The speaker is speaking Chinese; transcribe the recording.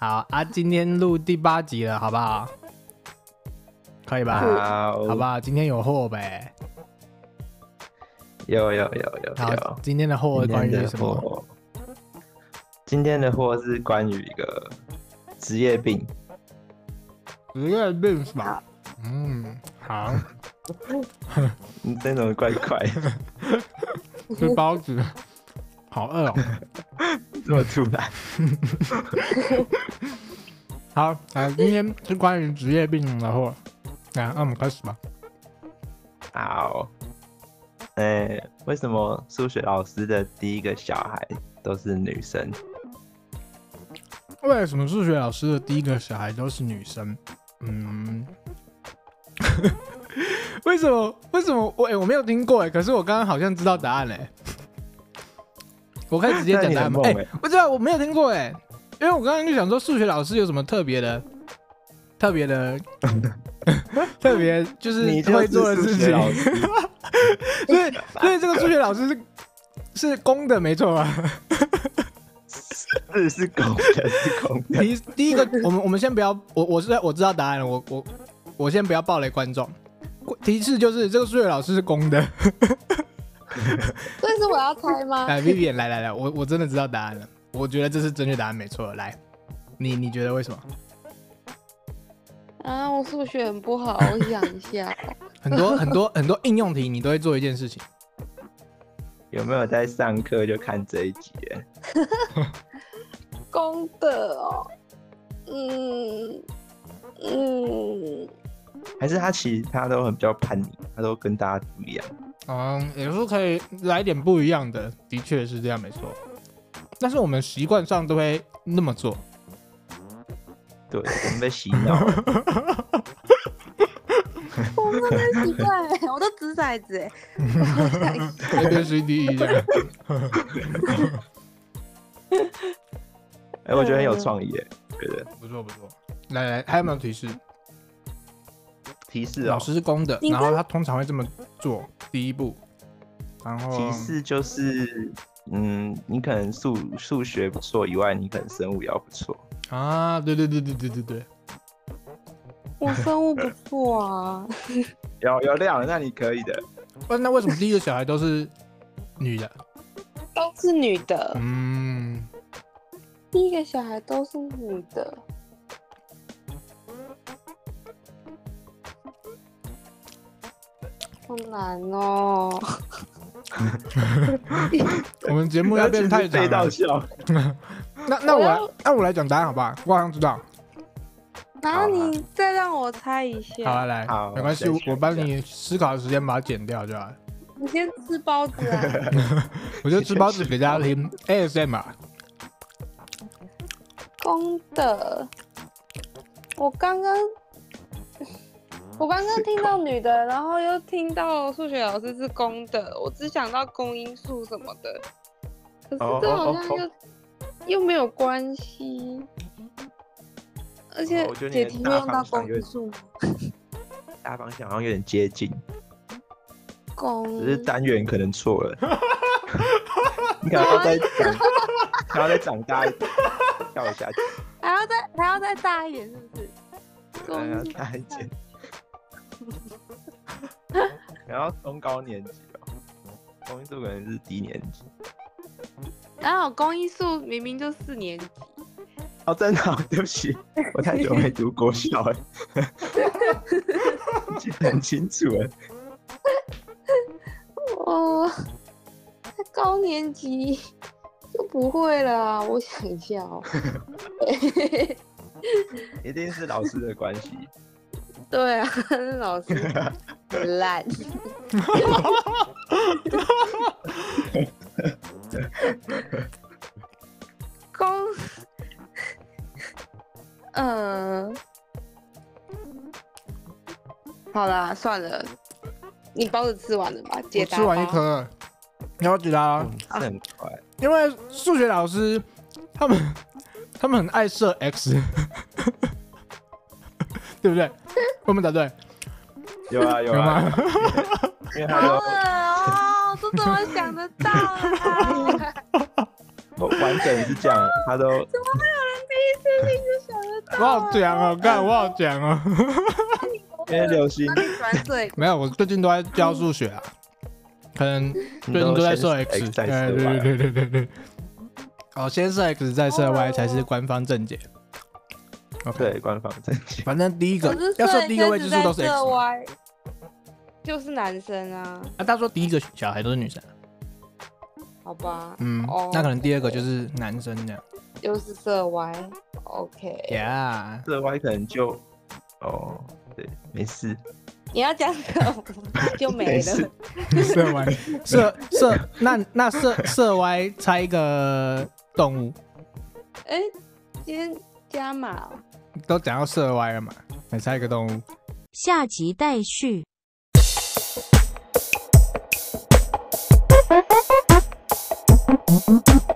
啊，今天录第八集了，好不好？可以吧？好，啊好，吧，今天有货呗。有有有有好有，。今天的货今关天于的什么？货，今天的货是关于一个职业病，职业病是吧？嗯， 好，嗯那种怪怪 的，吃包子，好饿哦。这么突然。好，啊、今天是关于职业病的货。啊，那我们开始吧。好，哎、为什么数学老师的第一个小孩都是女生？为什么数学老师的第一个小孩都是女生？嗯， 为什么？为什么？我、哎，我没有听过哎，可是我刚刚好像知道答案嘞。我可以直接讲答案吗？那哎、你很猛欸不知道，我没有听过哎，因为我刚刚就想说数学老师有什么特别的、特别的、特别就是你就会是做的数事学情，老师，所以所以这个数学老师是是公的没错吧？是是公的，是公的。第一第 一个，我们我们先不要，我我是我知道答案了，我我我先不要暴雷观众。提示就是这个数学老师是公 的。这是我要猜吗？ 哎，Vivian，来来来，我我真的知道答案了，我觉得这是正确答案，没错。来，你你觉得为什么？啊，我数学很不好，我想 一下。很多很多很多应用题，你都会做一件事情。有没有在上课就看这一集？公的哦，嗯嗯，还是他其实他都很比较叛逆，他都跟大家不一样。 嗯，也是可以来点不一样的，的确是这样，没错。但是我们习惯上都会那么做。对，我们被洗脑了。我真的奇怪，我都掷骰子 哎。我想 A 一下 B C D E 这 样。哎、我觉得很有创意耶，觉得不错不错。来来，还有没有提示？提示哦、老师是公的，你然跟后他通常会这么做，第一步，然后提示就是，嗯，你可能数数学不错以外，你可能生物也要不错。啊，对对对对对对对，我生物不错啊，有有量，那你可以的。不哦然那为什么第一个小孩都是女的？都是女的，嗯，第一个小孩都是女的。好难哦！啊我们节目要变 太长背到了。笑。那那我我来要，那我来讲答案好不好？我好像知道。然好啊后你再让我猜一下。好啊，来好，没关系，再我选一我帮下你思考的时间把它剪掉就好了。你先吃包子啊！ 我就吃包子给大家 听 ASM 啊，公的，我刚刚， 我刚刚听到女的，然后又听到数学老师是公的，我只想到公因数什么的，可哦是这哦好哦像哦又又没有关系，而且哦我觉得你解的题大会用方到向公有因点数吗？大方向好像有点接近，只是公单元可能 错了。你可能要再长，你要再长大一点，跳一下级，还要再还要再大一点，是不是？然后公大一点， 然后中高年级哦，中一度可能是低年级。然后公因数明明就四年级，哦，真的 哦、对不起，我太久没读国小了，记得很清楚欸了。哦，他高年级就不会了啊！我想一下哦，一定是老师的关系。对啊， 那老师很烂，高，嗯、好啦，算了，你包子吃完了吧？我解答吃完一吧，颗，你要解答啊。嗯，是很快。因为数学老师他们他们很爱设 X，对不对？我们答 对， 有啊有有啊，吗？ 因为好他恶哦，这怎么想得到啊？都完整是这样，他都 第一次听就想得我好讲 哦，看我好讲哦。 因为流 星那，你喜欢最没有，我最近都在教数学啊，可能你最近都在先设是 X，再哎设对 Y 对对对对。哦，先设 X 再设 Y 才是官方正解。OK，对，官方证据。反正第一个可是要设最第一个未知数都是一开始在 X 这嘛。歪就是男生啊，啊，他说第一个小孩都是女生，好吧，嗯哦，，那可能第二个就是男生这样。又是色歪，OK， Yeah，这 Y 可能就哦，对，没事，你要讲什么 就没没了，事， 射歪，射射那那射射歪猜一个动物，哎、今天加码哦、都讲到射歪了嘛，你猜一个动物。下集待续。 Thank you.